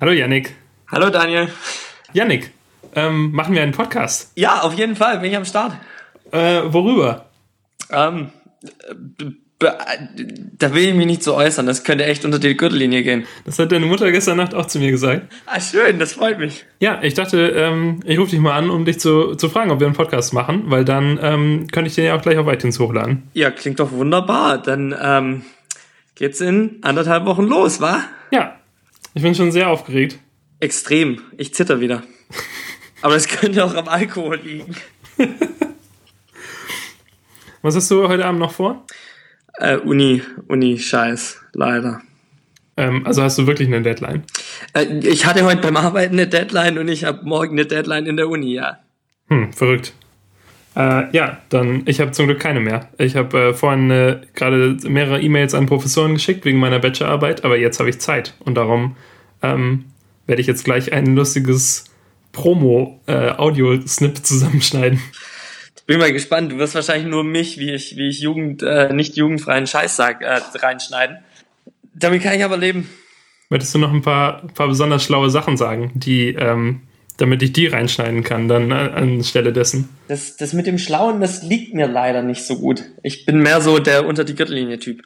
Hallo Yannick. Hallo Daniel. Yannick, ähm, machen wir einen Podcast. Ja, auf jeden Fall bin ich am Start. Äh, worüber? Ähm, b- b- da will ich mich nicht so äußern. Das könnte echt unter die Gürtellinie gehen. Das hat deine Mutter gestern Nacht auch zu mir gesagt. Ah, schön, das freut mich. Ja, ich dachte, ähm, ich rufe dich mal an, um dich zu, zu fragen, ob wir einen Podcast machen, weil dann ähm, könnte ich den ja auch gleich auf iTunes hochladen. Ja, klingt doch wunderbar. Dann ähm, geht's in anderthalb Wochen los, wa? Ja, ich bin schon sehr aufgeregt. Extrem. Ich zitter wieder. Aber das könnte auch am Alkohol liegen. Was hast du heute Abend noch vor? Äh, Uni, Uni, Scheiß, leider. Ähm, also hast du wirklich eine Deadline? Äh, ich hatte heute beim Arbeiten eine Deadline und ich habe morgen eine Deadline in der Uni, ja. Hm, verrückt. Äh, ja, dann, ich habe zum Glück keine mehr. Ich habe äh, vorhin äh, gerade mehrere E-Mails an Professoren geschickt wegen meiner Bachelorarbeit, aber jetzt habe ich Zeit und darum ähm, werde ich jetzt gleich ein lustiges Promo-Audio-Snip zusammenschneiden. Bin mal gespannt. Du wirst wahrscheinlich nur mich, wie ich, wie ich Jugend, äh, nicht jugendfreien Scheiß sag, äh, reinschneiden. Damit kann ich aber leben. Möchtest du noch ein paar, paar besonders schlaue Sachen sagen, die, ähm, damit ich die reinschneiden kann, dann äh, anstelle dessen? Das, das mit dem Schlauen, das liegt mir leider nicht so gut. Ich bin mehr so der unter die Gürtellinie-Typ.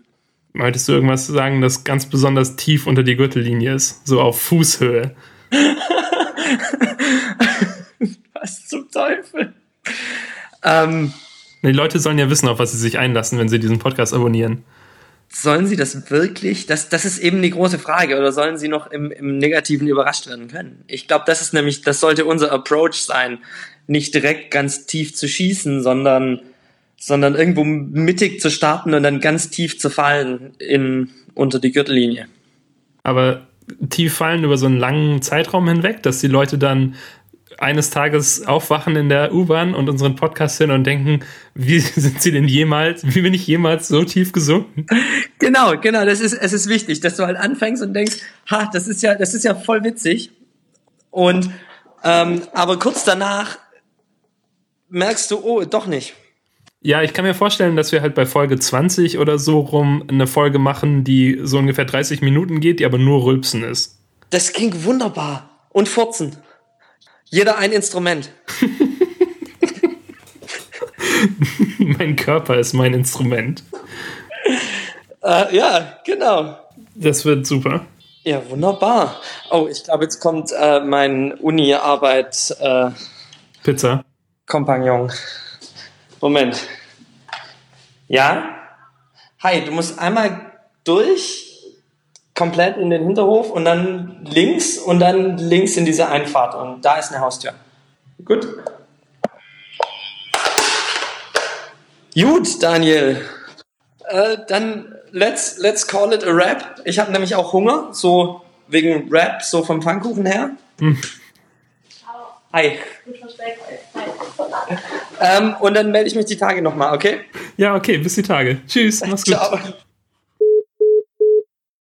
Möchtest du irgendwas sagen, das ganz besonders tief unter die Gürtellinie ist, so auf Fußhöhe? Was zum Teufel? Ähm, Die Leute sollen ja wissen, auf was sie sich einlassen, wenn sie diesen Podcast abonnieren. sollen sie das wirklich? Das, das ist eben die große Frage. Oder sollen sie noch im, im Negativen überrascht werden können? Ich glaube, das ist nämlich, das sollte unser Approach sein. Nicht direkt ganz tief zu schießen, sondern, sondern irgendwo mittig zu starten und dann ganz tief zu fallen in, unter die Gürtellinie. Aber tief fallen über so einen langen Zeitraum hinweg, dass die Leute dann eines Tages aufwachen in der U-Bahn und unseren Podcast hören und denken, wie sind sie denn jemals, wie bin ich jemals so tief gesunken? Genau, genau, das ist, es ist wichtig, dass du halt anfängst und denkst, ha, das ist ja, das ist ja voll witzig. Und, ähm, aber kurz danach merkst du, oh, doch nicht. Ja, ich kann mir vorstellen, dass wir halt bei Folge 20 oder so rum eine Folge machen, die so ungefähr 30 Minuten geht, die aber nur Rülpsen ist. Das ging wunderbar. Und Furzen. Jeder ein Instrument. mein Körper ist mein Instrument. Äh, ja, genau. Das wird super. Ja, wunderbar. Oh, ich glaube, jetzt kommt äh, mein äh, Uni-Arbeit-Kompagnon. Pizza. Moment. Ja? Hi, du musst einmal durch, komplett in den Hinterhof und dann links und dann links in diese Einfahrt. Und da ist eine Haustür. Gut. Gut, Daniel. Äh, dann let's, let's call it a wrap. Ich habe nämlich auch Hunger, so wegen Wrap, so vom Pfannkuchen her. Hi. Ähm, und dann melde ich mich die Tage nochmal, okay? Ja, okay, bis die Tage. Tschüss, mach's gut. Ciao.